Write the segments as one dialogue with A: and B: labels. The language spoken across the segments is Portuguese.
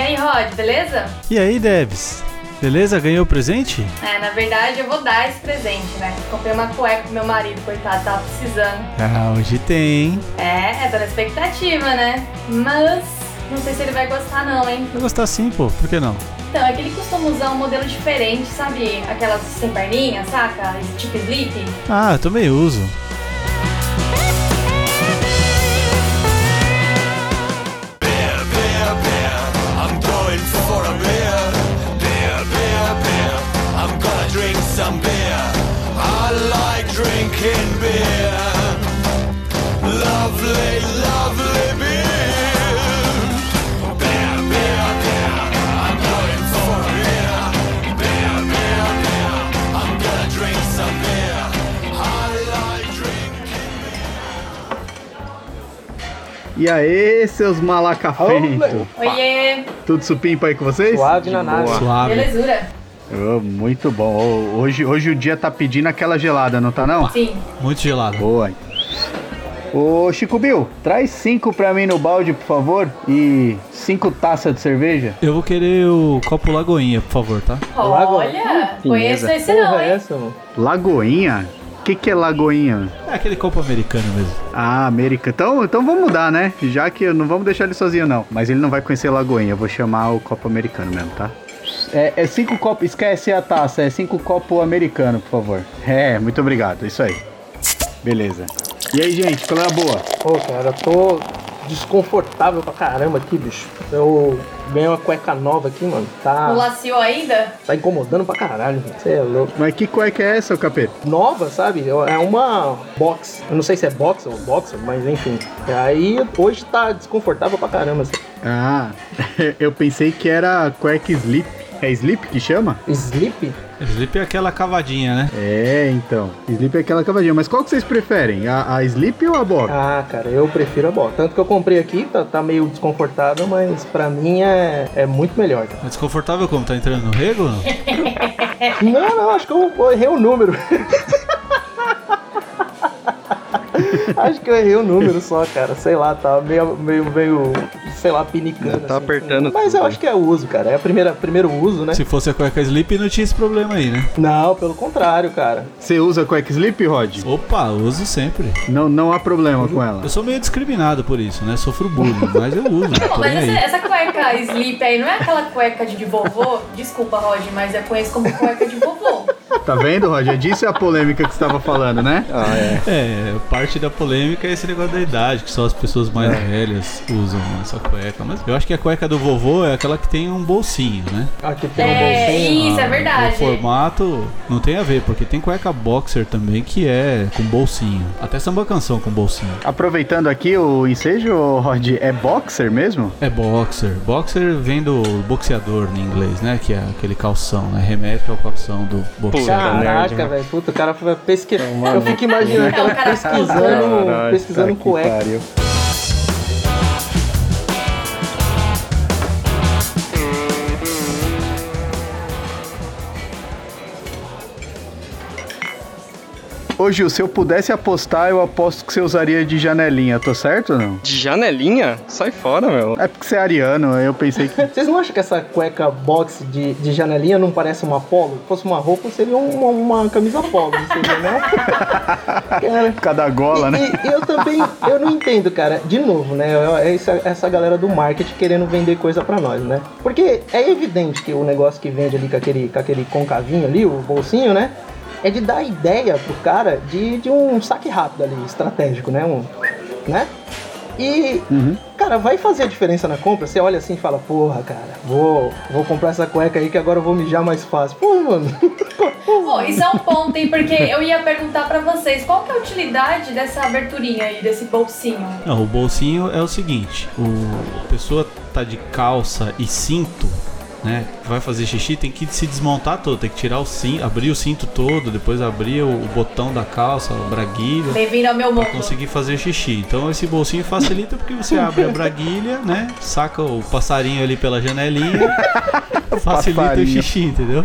A: episódio, beleza?
B: E aí, Debs? Beleza? Ganhou o presente?
A: É, na verdade eu vou dar esse presente, né? Comprei uma cueca pro meu marido, coitado, tava precisando.
B: Ah, hoje tem, hein?
A: É, é toda expectativa, né? Mas não sei se ele vai gostar não, hein?
B: Vai gostar sim, pô. Por que não?
A: Então, é que ele costuma usar um modelo diferente, sabe? Aquelas sem perninha, saca? Esse Tipo slip.
B: Ah, eu também uso.
C: bear, bear, I'm going for a beer. Beer, beer, beer, I'm gonna drink some beer. I like drinking beer. Lovely, lovely beer. Beer, beer, beer, I'm going for a beer. Beer, beer, beer, I'm gonna drink some beer. I like drinking
D: E aí, seus malacafeitos?
A: Oiê,
D: Tudo supimpa aí com vocês?
E: Suave na nave.
B: Suave.
A: belezura.
D: Ô, muito bom. Ô, hoje, hoje o dia tá pedindo aquela gelada, não tá não?
A: Sim.
B: Muito gelado.
D: Boa. Ô, Chico Bill, traz cinco pra mim no balde, por favor. E cinco taças de cerveja.
B: Eu vou querer o copo Lagoinha, por favor, tá?
E: Lago-
A: Olha, conheço
D: fineza.
A: esse não,
E: Porra, é
A: hein?
E: essa, mano?
D: Lagoinha? O que, que é lagoinha?
B: É aquele copo americano mesmo.
D: Ah, América. Então, então vamos mudar, né? Já que eu- não vamos deixar ele sozinho, não. Mas ele não vai conhecer Lagoinha. Eu vou chamar o copo americano mesmo, tá? É, é cinco copos. Esquece a taça. É cinco copos americano, por favor. É, muito obrigado. Isso aí. Beleza. E aí, gente? Qual é a boa?
E: Pô, cara, eu tô desconfortável pra caramba aqui, bicho. Eu ganhei uma cueca nova aqui, mano.
A: Não
E: Tá,
A: laciou ainda?
E: tá incomodando pra caralho, mano. Você é louco.
D: Mas que cueca é essa, ô capeta?
E: Nova, sabe? É uma box. Eu não sei se é box ou boxer, mas enfim. E aí, hoje tá desconfortável pra caramba. Assim.
D: Ah, eu pensei que era cueca sleep. É sleep que chama?
E: Sleep?
B: Slip é aquela cavadinha, né?
D: É, então. Sleep é aquela cavadinha. Mas qual que vocês preferem? A, a sleep ou a box?
E: Ah, cara, eu prefiro a box. Tanto que eu comprei aqui, tá, tá meio desconfortável, mas pra mim é, é muito melhor. cara.
B: É desconfortável como? Tá entrando no rego? não?
D: É.
E: Não, não, acho que eu, eu errei o número. acho que eu errei o número só, cara. Sei lá, tá meio, meio, meio sei lá, pinicando.
F: Tá apertando
E: Mas eu
F: tudo.
E: acho que é uso, cara. É o primeiro uso, né?
B: Se fosse a cueca Slip, não tinha esse problema aí, né?
E: Não, pelo contrário, cara.
D: Você usa cueca sleep, Rod?
B: Opa, uso sempre.
D: Não, não há problema com ela.
B: Eu sou meio discriminado por isso, né? Sofro bullying, mas eu uso.
A: Pô,
B: tô
A: mas
B: nem
A: essa,
B: aí.
A: essa cueca sleep aí não é aquela cueca de, de vovô? Desculpa, Roger, mas eu conheço como cueca de vovô.
D: Tá vendo, Roger? Disso é a polêmica que você tava falando, né?
F: Ah, é.
B: É, parte da polêmica é esse negócio da idade, que só as pessoas mais velhas usam essa cueca. Mas eu acho que a cueca do vovô é aquela que tem um bolsinho, né?
E: Aqui tem um
A: É,
E: bolsinho.
A: isso, é
B: Ah, O
A: verdade.
B: formato não tem a ver, porque tem cueca boxer também que é com bolsinho. Até samba canção com bolsinho.
D: Aproveitando aqui o ensejo, ô, Rod, é boxer mesmo?
B: É boxer. Boxer vem do boxeador em inglês, né? Que é aquele calção, né? Remete ao calção do boxeador.
F: nerd,
E: Caraca,
F: mano.
E: velho. Puta, o cara foi pesquisar. Eu fico imaginando o cara
A: Cara,
E: pesquisando,
F: Caralho,
E: pesquisando
F: tá que
E: cueca.
F: pariu.
D: Hoje, se eu pudesse apostar, eu aposto que você usaria de janelinha, tô certo ou não?
F: De janelinha? Sai fora, meu.
D: É porque você é ariano, eu pensei que.
E: Vocês não acham que essa cueca box de, de janelinha não parece uma polo? Se fosse uma roupa, seria uma, uma camisa polo, não seria, não? Cara,
D: Por causa da gola, né?
E: e, e eu também, eu não entendo, cara. De novo, né? eu- é Essa, essa galera do marketing querendo vender coisa pra nós, né? Porque é evidente que o negócio que vende ali com aquele, com aquele concavinho ali, o bolsinho, né? É de dar ideia pro cara de, de um saque rápido ali, estratégico, né? Um, né? E, cara, vai fazer a diferença na compra? Você olha assim e fala, porra, cara, vou, vou comprar essa cueca aí que agora eu vou mijar mais fácil. Pô, mano.
A: Pô, isso é um ponto, hein? Porque eu ia perguntar pra vocês qual que é a utilidade dessa aberturinha aí, desse bolsinho.
B: Não, o bolsinho é o seguinte: o a pessoa tá de calça e cinto, né? Vai fazer xixi, tem que se desmontar todo, tem que tirar o cinto, abrir o cinto todo, depois abrir o, o botão da calça, a braguilha.
A: Bem-vindo ao meu
B: Pra
A: mundo.
B: conseguir fazer xixi. Então esse bolsinho facilita porque você abre a braguilha, né? Saca o passarinho ali pela janelinha. facilita o
D: Passarinho.
B: xixi, entendeu?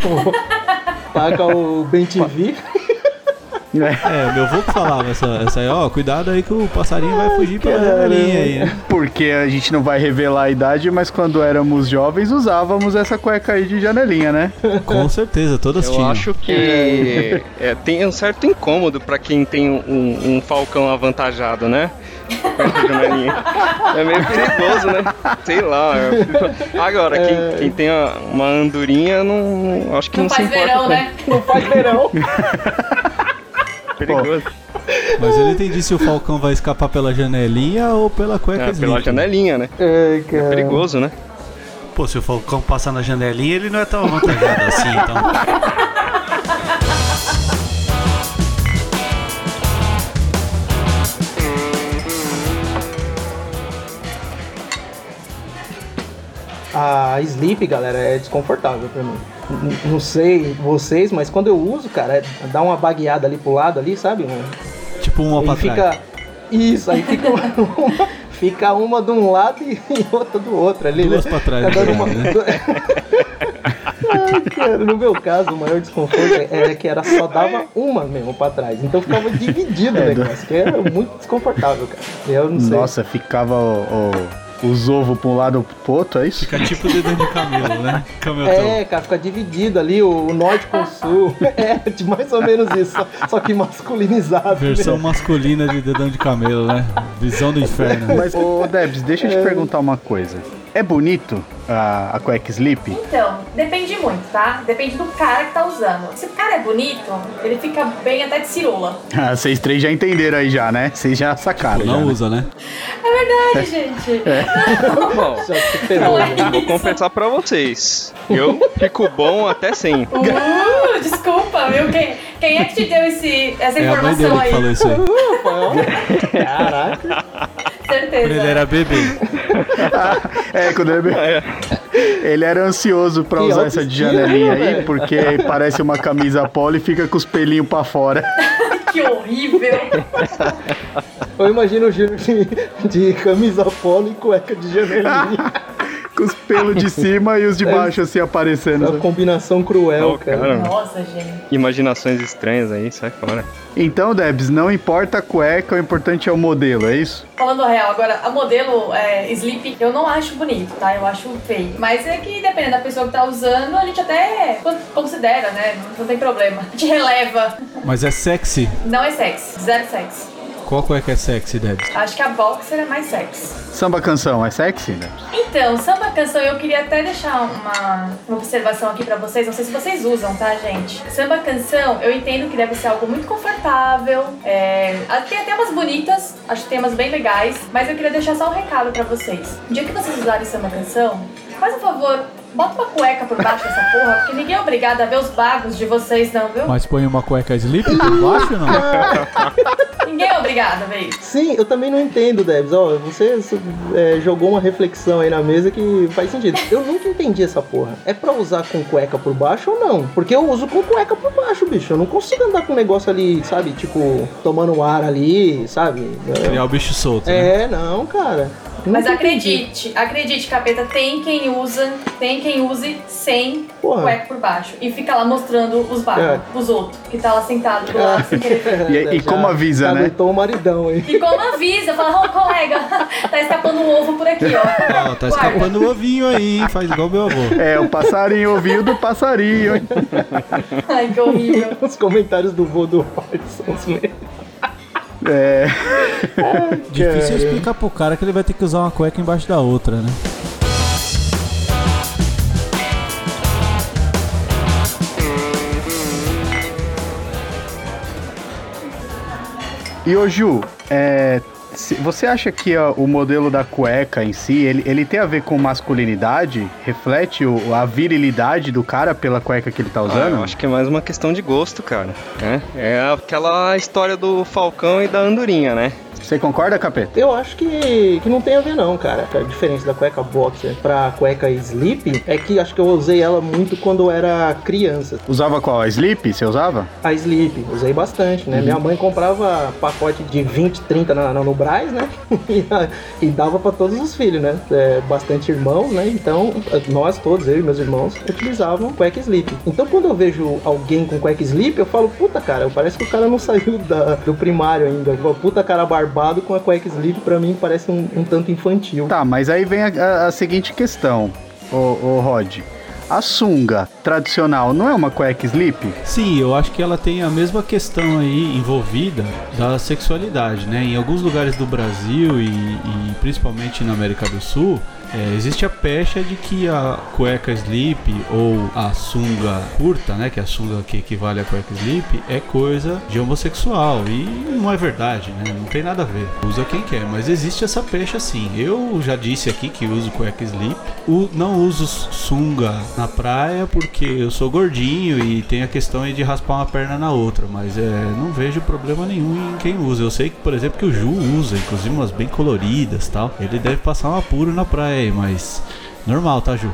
E: Taca o Ben TV.
D: É.
B: É, meu avô que falava essa, essa aí, ó, cuidado aí que o passarinho vai fugir pela
E: caramba.
B: janelinha aí, né?
D: Porque a gente não vai revelar a idade, mas quando éramos jovens usávamos essa cueca aí de janelinha, né?
B: Com certeza, todas
F: Eu
B: tinham.
F: acho que é, tem um certo incômodo pra quem tem um, um falcão avantajado, né? Perto de uma linha. É meio perigoso, né? Sei lá. eu- Agora, quem, quem tem uma- uma andorinha, não, acho que não,
A: Não
F: se
A: faz
F: importa.
A: verão,
F: com-
A: né?
E: Não faz verão.
F: Perigoso.
B: Mas eu não entendi se o Falcão vai escapar pela janelinha ou pela cueca
F: É, pela
B: Slim.
F: janelinha, né?
E: Ai, cara.
F: Perigoso, né?
B: Pô, se o Falcão passar na janelinha, ele não é tão avantajado assim, então.
E: A sleep, galera, é desconfortável pra mim. N- Não sei vocês, mas quando eu uso, cara, é- dá uma bagueada ali pro lado ali, sabe? mano?
B: Tipo uma pra
E: Aí
B: trás.
E: fica. Isso, aí fica uma, uma- fica uma de um lado e outra do outro ali,
B: Duas
E: né?
B: pra trás, Né?
E: Tá dando uma-
B: na verdade,
E: Ai, cara, no meu caso, o maior desconforto era que era só dava uma mesmo pra trás. Então ficava dividido o
B: É, né?
E: negócio, que era muito desconfortável, cara. Eu não sei.
D: Nossa, ficava o, o, os ovos pra um lado ou pro outro, é isso?
B: Fica tipo o dedão de camelo, né? Camelotão.
E: É, cara, fica dividido ali o, o norte com o sul. É, de mais ou menos isso. Só, só que masculinizado.
B: Versão masculina de dedão de camelo, né? Visão do inferno.
D: Mas, ô Debs, deixa eu te perguntar uma coisa. É bonito a, a cueca sleep?
A: Então, depende muito, tá? Depende do cara que tá usando. Se o cara é bonito, ele fica bem até de cirola.
D: Ah, Vocês três já entenderam aí já, né? Vocês já sacaram. já,
B: não
D: né?
B: usa, né?
A: É verdade, gente.
F: Bom,
E: Já se ferrou,
A: Ué.
E: né?
F: eu vou confessar pra vocês. Eu fico bom até sem.
A: Uh, desculpa, viu? Quem, quem é que te deu esse, essa
B: É a mãe dele
A: informação
B: que
A: aí?
B: falou isso aí.
E: Caraca.
A: Certeza.
B: Quando ele era bebê.
D: É, quando ele... ele era ansioso pra
E: Que
D: usar essa de
E: autoestima,
D: janelinha aí,
E: velho.
D: porque parece uma camisa polo e fica com os pelinhos pra fora.
A: Que horrível.
E: Eu imagino o Júlio de, de camisa polo e cueca de janelinha.
D: com os pelos de cima e os de baixo assim
E: É uma
D: aparecendo.
E: combinação cruel,
F: Ô,
E: cara.
F: cara,
A: Nossa, gente.
F: imaginações estranhas aí, sai fora.
D: Então, Debs, não importa a cueca, o importante é o modelo, é isso?
A: Falando real, agora, a modelo é, Sleep, eu não acho bonito, tá? Eu acho feio. Mas é que dependendo da pessoa que tá usando, a gente até considera, né? Não, não tem problema. A gente releva.
B: Mas é sexy.
A: Não é sexy. Zero sexy.
B: Qual cueca é sexy, Debs?
A: Acho que a boxer é mais sexy.
D: Samba canção, é sexy, Debs?
A: Então, samba canção, eu queria até deixar uma, uma observação aqui pra vocês. Não sei se vocês usam, tá, gente? Samba canção, eu entendo que deve ser algo muito confortável. É, ah, tem temas bonitas, acho temas bem legais. Mas eu queria deixar só um recado pra vocês. No dia que vocês usarem samba canção, faz um favor, bota uma cueca por baixo dessa porra, porque ninguém é obrigado a ver os bagos de vocês, não, viu?
B: Mas põe uma cueca sleep por baixo, não?
A: Ninguém é obrigado a ver isso.
E: Sim, eu também não entendo, Debs. Ó, você su- é, jogou uma reflexão aí na mesa que faz sentido. Eu nunca entendi essa porra. É pra usar com cueca por baixo ou não? Porque eu uso com cueca por baixo, bicho. Eu não consigo andar com um negócio ali, sabe? Tipo, tomando ar ali, sabe?
B: Criar o bicho solto, né?
E: É, não, cara.
A: Mas
E: Nunca entendi.
A: acredite, acredite, capeta, tem quem usa, tem quem use sem
E: Porra.
A: cueca por baixo. E fica lá mostrando os bagos,
E: É.
A: os outros, que tá lá sentado do lado sem querer ver.
D: E- e como avisa, né?
E: caguetou o maridão aí.
A: E como avisa, fala, ô colega, tá escapando um ovo por aqui, ó.
B: Ó,
A: Guarda.
B: tá escapando o ovinho aí, hein? Faz igual meu avô.
D: É, o passarinho ouviu do passarinho, hein?
A: Ai, que horrível.
E: Os comentários do vô do Watson. os mesmos.
D: É,
B: Difícil explicar pro cara que ele vai ter que usar uma cueca embaixo da outra, né?
D: E ô Ju, é, se- você acha que ó, o modelo da cueca em si, ele, ele tem a ver com masculinidade? Reflete o- a virilidade do cara pela cueca que ele tá
F: Ah,
D: usando?
F: eu acho que é mais uma questão de gosto, cara. né? É aquela história do Falcão e da Andorinha, né?
D: Você concorda, capeta?
E: Eu acho que, que não tem a ver não, cara. A diferença da cueca boxer pra cueca sleep é que acho que eu usei ela muito quando eu era criança.
D: Usava qual? A Sleep? Você usava?
E: A sleep, usei bastante, né? Minha mãe comprava pacote de 20, 30 na, na- no Braz, né? E, a- e dava pra todos os filhos, né? É, bastante irmãos, né? Então, nós todos, eu e meus irmãos, utilizavam cueca sleep. Então, quando eu vejo alguém com cueca sleep, eu falo, puta, cara, parece que o cara não saiu da- do primário ainda. Igual, Puta cara barbado com a cueca sleep, pra mim, parece um, um tanto infantil.
D: Tá, mas aí vem a, a- a seguinte questão, ô, ô Rod. A sunga tradicional não é uma cueca sleep?
B: Sim, eu acho que ela tem a mesma questão aí envolvida da sexualidade, né? Em alguns lugares do Brasil e, e principalmente na América do Sul, é, existe a pecha de que a cueca sleep ou a sunga curta, né? Que é a sunga que equivale à cueca sleep, é coisa de homossexual. E não é verdade, né? Não tem nada a ver. Usa quem quer, mas existe essa pecha sim. Eu já disse aqui que uso cueca sleep. O- não uso sunga na praia porque eu sou gordinho e tem a questão aí de raspar uma perna na outra, mas é, não vejo problema nenhum em quem usa. Eu sei que, por exemplo, que o Ju usa, inclusive umas bem coloridas tal. Ele deve passar um apuro na praia aí, mas normal, tá, Ju?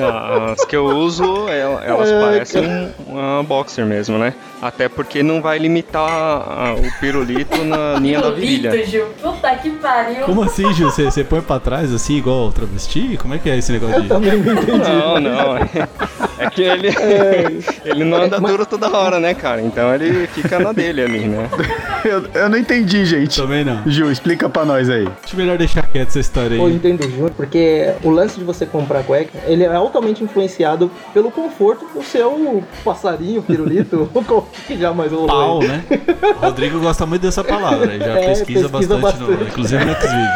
F: Ah, As que eu uso, el- elas
E: É,
F: parecem um- uma boxer mesmo, né? Até porque não vai limitar ah, o pirulito na linha da virilha.
A: Pirulito, Gil. Puta que pariu.
B: Como assim, Ju? Você você põe pra trás assim, igual travesti? Como é que é esse negócio de.
E: Também não entendi.
F: Não, não. É que ele, ele não anda duro toda hora, né, cara? Então ele fica na dele ali, né?
D: Eu, eu não entendi, gente.
B: Também não.
D: Gil, explica pra nós aí.
B: Acho melhor deixar quieto essa história
E: Eu
B: aí.
E: entendo junto, porque o lance de você comprar cueca, ele é altamente influenciado pelo conforto do seu passarinho, pirulito, ou qual que já mais rolou. aí.
B: Pau, né? O Rodrigo gosta muito dessa palavra, ele já
E: É,
B: pesquisa,
E: pesquisa
B: bastante, No,
E: bastante.
B: inclusive no Xvideos.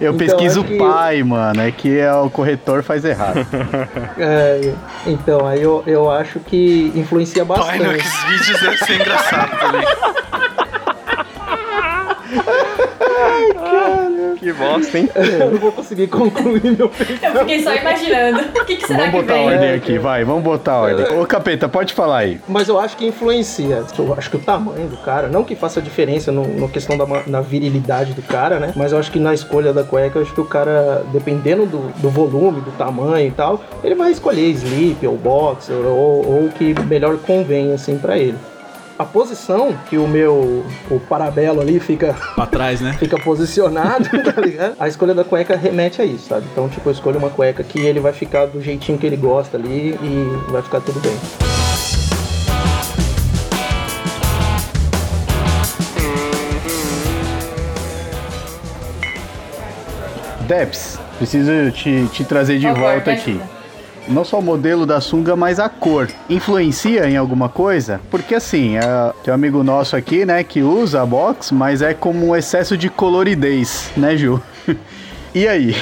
D: Eu
E: Então,
D: pesquiso
E: acho que-
D: pai, mano. É que é, o corretor faz errado.
E: É, então, aí eu, eu acho que influencia
D: é
G: Pai, no
E: bastante.
G: Xvideos deve ser engraçado também.
F: Que bosta, hein?
E: Eu não vou conseguir concluir meu pensamento.
A: Eu fiquei só imaginando. O que, que será
D: vamos
A: que
D: botar
A: vem?
D: ordem
E: É,
D: aqui, vai. Vamos botar ordem. Ô, capeta, pode falar aí.
E: Mas eu acho que influencia. Eu acho que o tamanho do cara, não que faça diferença no, na questão da ma- na virilidade do cara, né? Mas eu acho que na escolha da cueca, eu acho que o cara, dependendo do, do volume, do tamanho e tal, ele vai escolher sleep ou boxer ou, ou o que melhor convém, assim, pra ele. A posição que o meu o parabelo ali fica
B: Pra trás, né?
E: fica posicionado, tá ligado? A escolha da cueca remete a isso, sabe? Então, tipo, eu escolho uma cueca que ele vai ficar do jeitinho que ele gosta ali e vai ficar tudo bem.
D: Debs, preciso te, te trazer de
A: Por favor,
D: volta
A: me
D: aqui.
A: ajuda.
D: Não só o modelo da sunga, mas a cor. Influencia em alguma coisa? Porque assim, é, tem um amigo nosso aqui, né, que usa a box, mas é como um excesso de coloridez, né, Ju? E aí?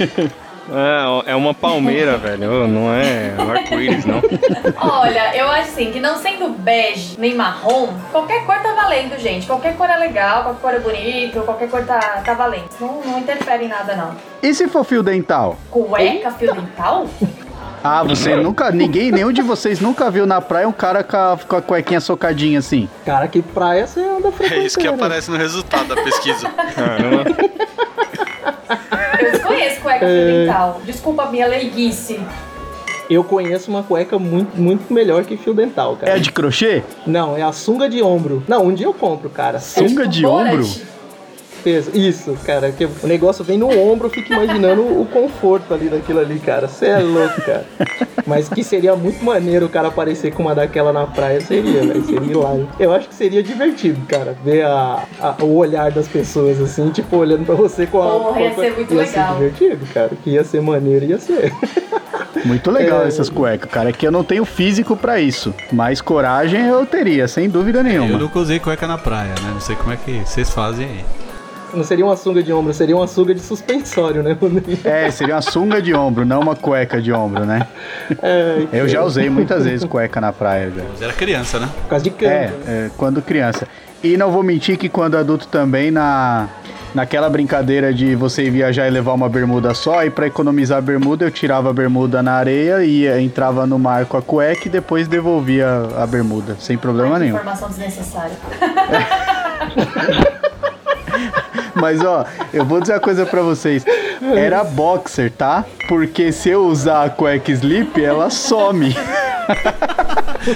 F: É, é uma palmeira, velho. Não é um arco-íris, não.
A: Olha, eu acho assim, que não sendo bege nem marrom, qualquer cor tá valendo, gente. Qualquer cor é legal, qualquer cor é bonito, qualquer cor tá, tá valendo. Não, não interfere em nada, não.
D: E se for fio dental?
A: Cueca, fio dental?
D: Ah, você nunca. Ninguém, nenhum de vocês nunca viu na praia um cara com a, com a cuequinha socadinha assim.
E: Cara, que praia você anda
G: É
E: frequentando?
G: isso que aparece no resultado da pesquisa.
F: Caramba.
A: Eu desconheço cueca fio
D: É.
A: dental. Desculpa a minha leiguice.
E: Eu conheço uma cueca muito, muito melhor que fio dental,
D: É
E: cara.
D: a de crochê?
E: Não, é a sunga de ombro. Não, um dia eu compro, cara.
D: Sunga de
A: Borat.
D: ombro?
E: Certeza. Isso, cara. Que o negócio vem no ombro, eu fico imaginando o conforto ali daquilo ali, cara. Você é louco, cara. Mas que seria muito maneiro o cara aparecer com uma daquela na praia, seria, velho. Seria hilário. Eu acho que seria divertido, cara, ver a, a- o olhar das pessoas, assim, tipo, olhando pra você com a.
A: Porra,
E: com a-
A: ia ser muito
E: ia
A: legal.
E: Ser divertido, cara. Que ia ser maneiro, ia ser.
D: Muito legal
E: É.
D: essas cuecas, cara. É que eu não tenho físico pra isso. Mas coragem eu teria, sem dúvida nenhuma.
B: Eu nunca usei cueca na praia, né? Não sei como é que vocês fazem aí.
E: Não seria uma sunga de ombro, seria uma sunga de suspensório, né?
D: É, seria uma sunga de ombro, não uma cueca de ombro, né?
E: É,
D: Eu já usei muitas vezes cueca na praia já.
B: Mas era criança, né?
E: por causa de
D: É,
E: câmbio.
D: é, quando criança. E não vou mentir que quando adulto também na naquela brincadeira de você ir viajar e levar uma bermuda só, e pra economizar a bermuda, eu tirava a bermuda na areia e entrava no mar com a cueca e depois devolvia a bermuda, sem problema
A: Que
D: nenhum.
A: Informação desnecessária.
D: Mas ó, eu vou dizer uma coisa pra vocês. Era boxer, tá? Porque se eu usar a cueca slip, ela some.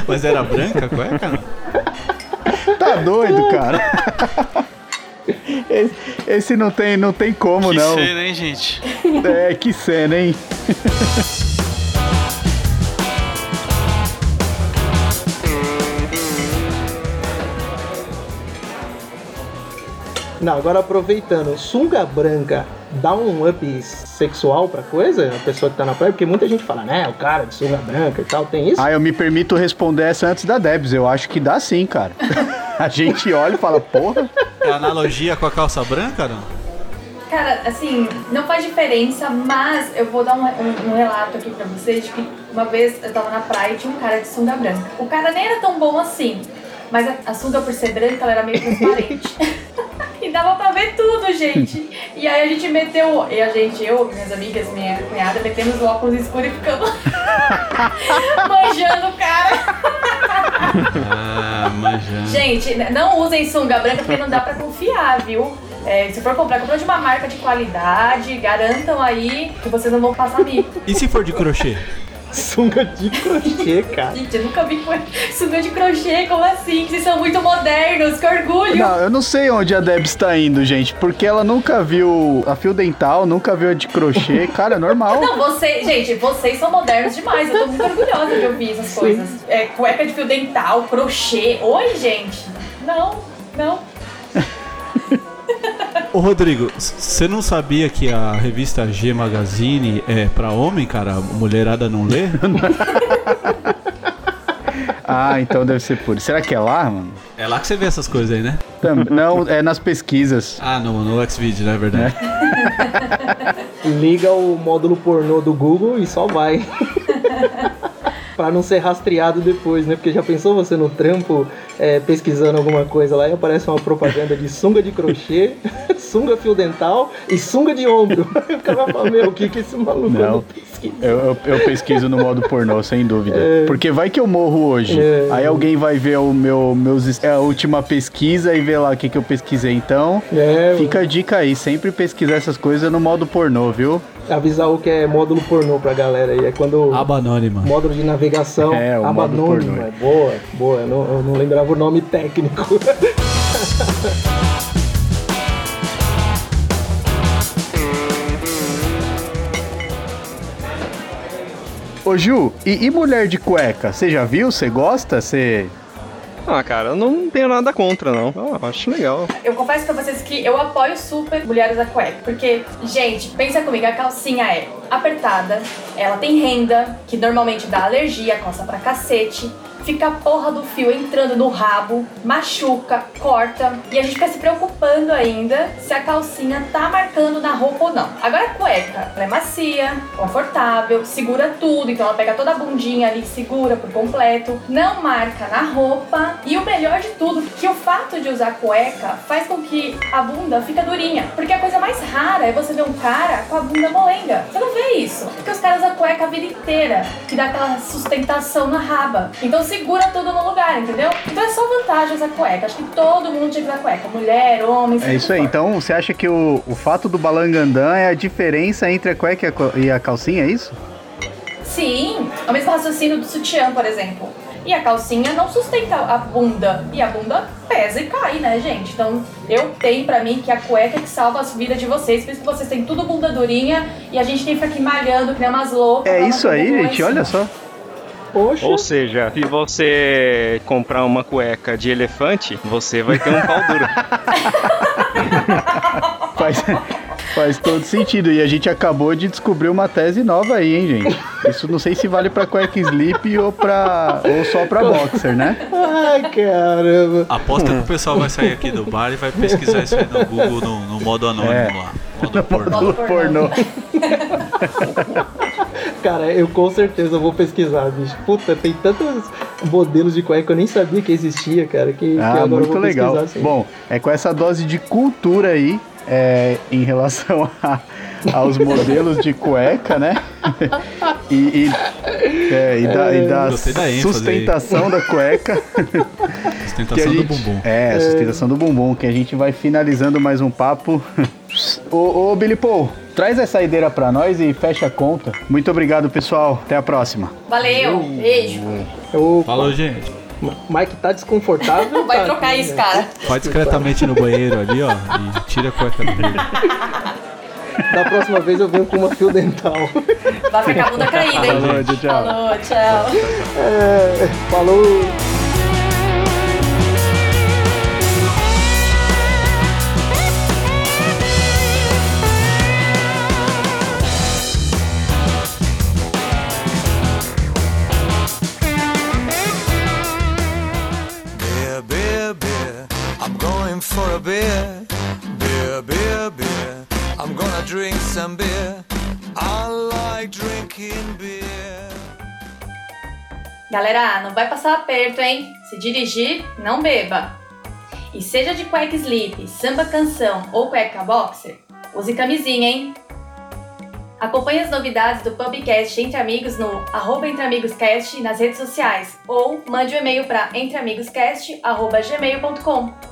B: Mas era branca a cueca?
D: Tá doido, cara? Esse, esse não tem, não tem como,
G: Que
D: não.
G: cena, hein, gente?
D: É, que cena, hein?
E: Não, agora aproveitando, sunga branca dá um up sexual pra coisa? A pessoa que tá na praia? Porque muita gente fala, né, o cara de sunga branca e tal, tem isso?
D: Ah, eu me permito responder essa antes da Debs. Eu acho que dá sim, cara. A gente olha e fala, porra.
B: É analogia com a calça branca, não?
A: Cara, assim, não faz diferença, mas eu vou dar um, um- um relato aqui pra vocês de que uma vez eu tava na praia e tinha um cara de sunga branca. O cara nem era tão bom assim, mas a, a sunga por ser branca, ela era meio transparente. e dava pra ver tudo, gente. E aí a gente meteu, e a gente, eu, minhas amigas, minha cunhada, metemos o óculos escuro e ficamos manjando o cara.
B: Ah, manjando.
A: Gente, não usem sunga branca porque não dá pra confiar, viu? É, se for comprar, compra de uma marca de qualidade, garantam aí que vocês não vão passar mico.
B: E se for de crochê?
E: Sunga de crochê, cara.
A: Gente, eu nunca vi que- sunga de crochê, como assim? Vocês são muito modernos, que orgulho!
D: Não, eu não sei onde a Debs tá indo, gente. Porque ela nunca viu a fio dental, nunca viu a de crochê. Cara, é normal.
A: Não, você, gente, vocês são modernos demais. Eu tô muito orgulhosa de ouvir essas coisas. É, cueca de fio dental, crochê. Oi, gente. Não, não.
B: Ô Rodrigo, s- você não sabia que a revista G Magazine é pra homem, cara? A mulherada não lê?
D: Ah, então deve ser por isso. Será que é lá, mano?
B: É lá que você vê essas coisas aí, né?
D: Tam- Não, é nas pesquisas.
B: Ah, no, no Xvideo, não é verdade?
E: Liga o módulo pornô do Google e só vai. Pra não ser rastreado depois, né? Porque já pensou você no trampo é, pesquisando alguma coisa lá e aparece uma propaganda de sunga de crochê, sunga fio dental e sunga de ombro. O cara fala, meu, o que que esse maluco
D: Não.
E: não pesquisa?
D: Eu, eu- eu pesquiso no modo pornô, sem dúvida. Porque vai que eu morro hoje.
E: É.
D: Aí alguém vai ver o meu, meus, é, a última pesquisa e vê lá o que, que eu pesquisei. Então,
E: É,
D: fica a dica aí. Sempre pesquisar essas coisas no modo pornô, viu?
E: avisar o que é módulo pornô pra galera aí. É quando.
B: Aba anônima.
E: Módulo de navegação,
D: Ah. É, o
E: aba
D: módulo pornô.
E: anônima. Boa, boa. Eu não, eu não lembrava o nome técnico.
D: Ô, Ju, e, e mulher de cueca? Você já viu? Você gosta? Você...
F: Ah, cara, eu não tenho nada contra, não. Eu acho legal.
A: Eu confesso pra vocês que eu apoio super mulheres da cueca. Porque, gente, pensa comigo, a calcinha é apertada, ela tem renda, que normalmente dá alergia, coça pra cacete. Fica a porra do fio entrando no rabo, machuca, corta. E a gente fica se preocupando ainda se a calcinha tá marcando na roupa ou não. Agora a cueca, ela é macia, confortável, segura tudo. Então ela pega toda a bundinha ali, segura por completo. Não marca na roupa. E o melhor de tudo, que o fato de usar cueca faz com que a bunda fica durinha. Porque a coisa mais rara é você ver um cara com a bunda molenga. Você não vê isso. Porque os caras usam cueca a vida inteira, que dá aquela sustentação na raba. Então segura tudo no lugar, entendeu? Então é só vantagem usar cueca. Acho que todo mundo tinha que usar cueca. Mulher, homem,
D: É isso aí. Então, você acha que o, o fato do balangandã é a diferença entre a cueca e a co- e a calcinha, é isso?
A: Sim, é o mesmo raciocínio do sutiã, por exemplo. E a calcinha não sustenta a bunda. E a bunda pesa e cai, né, gente? Então eu tenho pra mim que a cueca que salva as vidas de vocês, por isso que vocês têm tudo bunda durinha e a gente tem que ficar aqui malhando, que nem umas loucas.
D: É
A: pra
D: isso
A: manter
D: aí,
A: o bumbum lá em
D: gente.
A: cima.
D: Olha só.
E: Poxa.
F: Ou seja, se você comprar uma cueca de elefante, você vai ter um pau duro.
D: Faz, faz todo sentido. E a gente acabou de descobrir uma tese nova aí, hein, gente? Isso não sei se vale pra cueca sleep ou, pra, ou só pra boxer, né?
E: Ai, caramba.
B: Aposta que o pessoal vai sair aqui do bar e vai pesquisar isso aí no Google, no, no modo anônimo
D: É.
B: lá. Modo pornô.
D: Do
A: pornô.
D: pornô.
E: Cara, eu com certeza vou pesquisar, bicho. Puta, tem tantos modelos de cueca que eu nem sabia que existia, cara. Que, que
D: Ah,
E: agora eu
D: muito
E: vou assim.
D: legal.
E: pesquisar sim.
D: Bom, é com essa dose de cultura aí é, em relação a- aos modelos de cueca, né? E, e- é, e da, e da
B: Gostei da ênfase aí.
D: sustentação da cueca. que a
B: Sustentação do
D: gente-
B: bumbum.
D: É, a sustentação do bumbum, que a gente vai finalizando mais um papo. ô, ô, Billy Paul, traz essa saideira pra nós e fecha a conta. Muito obrigado, pessoal. Até a próxima.
A: Valeu, beijo.
E: É O
B: Falou, gente.
E: Mike tá desconfortável.
A: Vai
E: tá-
A: trocar isso, cara.
B: Vai discretamente no banheiro ali, ó, e tira a cueca dele.
E: Da próxima vez eu venho com uma fio dental.
A: Vai ficar a bunda caída, hein?
D: Falou, tchau, tchau.
A: Falou, tchau.
E: É, falou.
C: Beer, beer, beer, I'm going for a beer. Beer, beer, beer, I'm gonna drink some beer. I like drinking beer.
A: Galera, não vai passar aperto, hein? Se dirigir, não beba. E seja de cueca slip, samba canção ou cueca boxer, use camisinha, hein? Acompanhe as novidades do Pubcast Entre Amigos no arroba Entre Amigos Cast nas redes sociais ou mande um e-mail para entreamigoscast.gmail.com.